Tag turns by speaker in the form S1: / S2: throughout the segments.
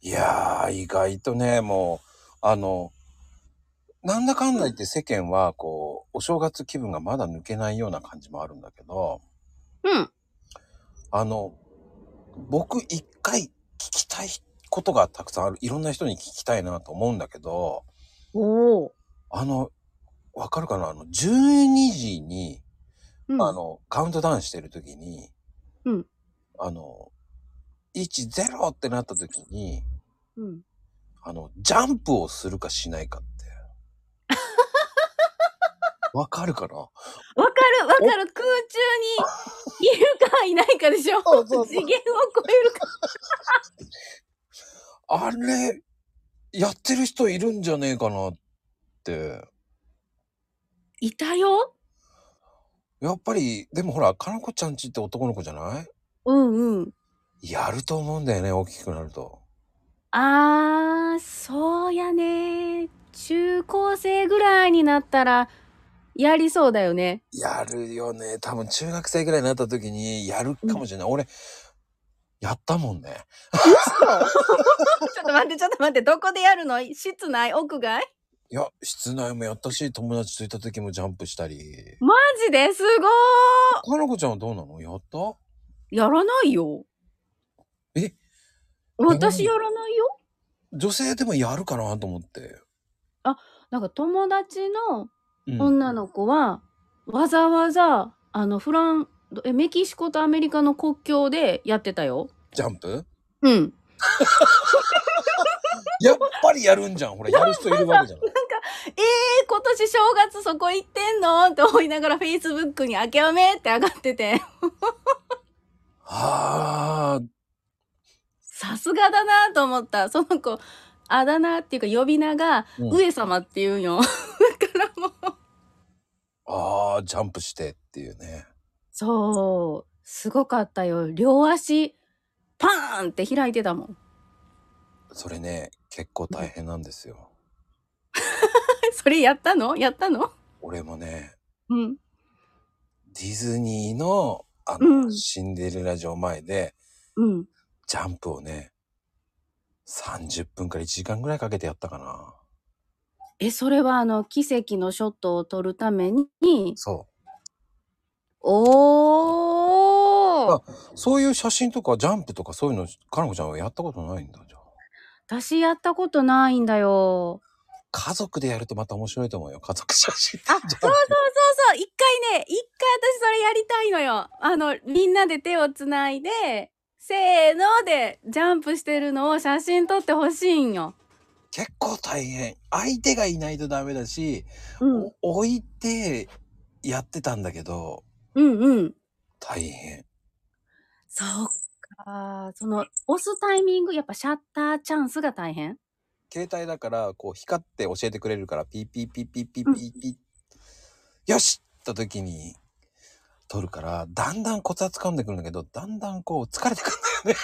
S1: いやー、意外とね、もう、あの、なんだかんだ言って世間は、こう、お正月気分がまだ抜けないような感じもあるんだけど、
S2: うん。
S1: あの、僕一回聞きたいことがたくさんある。いろんな人に聞きたいなと思うんだけど、
S2: おお。
S1: あの、わかるかなあの、12時に、
S2: うん、
S1: あの、カウントダウンしてる時に、
S2: うん
S1: あの、10ってなった時に、
S2: うん。
S1: あの、ジャンプをするかしないかって。わかるかな
S2: わかるわかる空中にいるかいないかでしょ
S1: そうそうそう
S2: 次元を超えるか。
S1: あれ、やってる人いるんじゃねえかなって。
S2: いたよ
S1: やっぱり、でもほら、かなこちゃんちって男の子じゃない
S2: うんうん。
S1: やると思うんだよね、大きくなると。
S2: あー、そうやね。中高生ぐらいになったら、やりそうだよね。
S1: やるよね。多分中学生ぐらいになった時にやるかもしれない。俺、やったもんね。
S2: ちょっと待って、ちょっと待って、どこでやるの室内、屋外
S1: いや、室内もやったし、友達といた時もジャンプしたり。
S2: マジですご
S1: かなこちゃんはどうなのやった
S2: ーやらないよ。
S1: え
S2: 私やらないよ。
S1: 女性でもやるかなと思って。
S2: なんか友達の
S1: うん
S2: 女の子は、わざわざ、あの、フラン、えメキシコとアメリカの国境でやってたよ。
S1: ジャンプ
S2: うん。
S1: やっぱりやるんじゃん。ほら、やる人いるわけじゃない。
S2: えー、今年正月そこ行ってんのって思いながら Facebook に明けおめって上がってて。
S1: あー、
S2: さすがだなと思った。その子、あだ名っていうか呼び名が、
S1: うん
S2: 上様って言うんよ。だからもう。
S1: あー、ジャンプしてっていうね。
S2: そう、すごかったよ。両足、パーンって開いてたもん。
S1: それね、結構大変なんですよ。
S2: それやったのやったの
S1: 俺もね、
S2: うん。
S1: ディズニーの、あの、
S2: うん
S1: シンデレラ城前で、
S2: うん。
S1: ジャンプをね、30分から1時間ぐらいかけてやったかな。
S2: え、それはあの、奇跡のショットを撮るために、
S1: そ
S2: おー
S1: う。そういう写真とかジャンプとかそういうの、かなこちゃんはやったことないんだ、じゃあ。
S2: 私やったことないんだよ。
S1: 家族でやるとまた面白いと思うよ。家族写真。
S2: あ、そうそうそうそう、一回ね、一回私それやりたいのよ。あの、みんなで手をつないで、せーので、ジャンプしてるのを写真撮ってほしいんよ。
S1: 結構大変。相手がいないとダメだし、
S2: うん。
S1: お置いてやってたんだけど、
S2: うんうん。
S1: 大変。
S2: そうか。その、押すタイミング、やっぱシャッターチャンスが大変
S1: 携帯だから、こう光って教えてくれるから、ピーピーピーピーピーピーピー。よしった時に、撮るから、だんだんコツは掴んでくるんだけど、だんだんこう疲れてくるんだよね。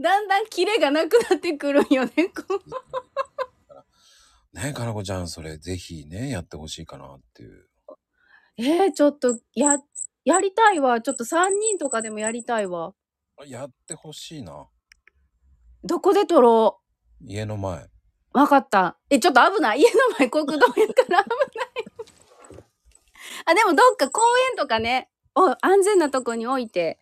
S2: だんだんキレがなくなってくるんよね。こう
S1: ねえ、かなこちゃん、それぜひね、やってほしいかなっていう。
S2: えー、ちょっと、や、やりたいわ。ちょっと3人とかでもやりたいわ。
S1: やってほしいな。
S2: どこで撮ろ
S1: 家の前。
S2: うわかった。え、ちょっと危ない。家の前国道やから危ない。あ、でもどっか公園とかね、お安全なとこに置いて。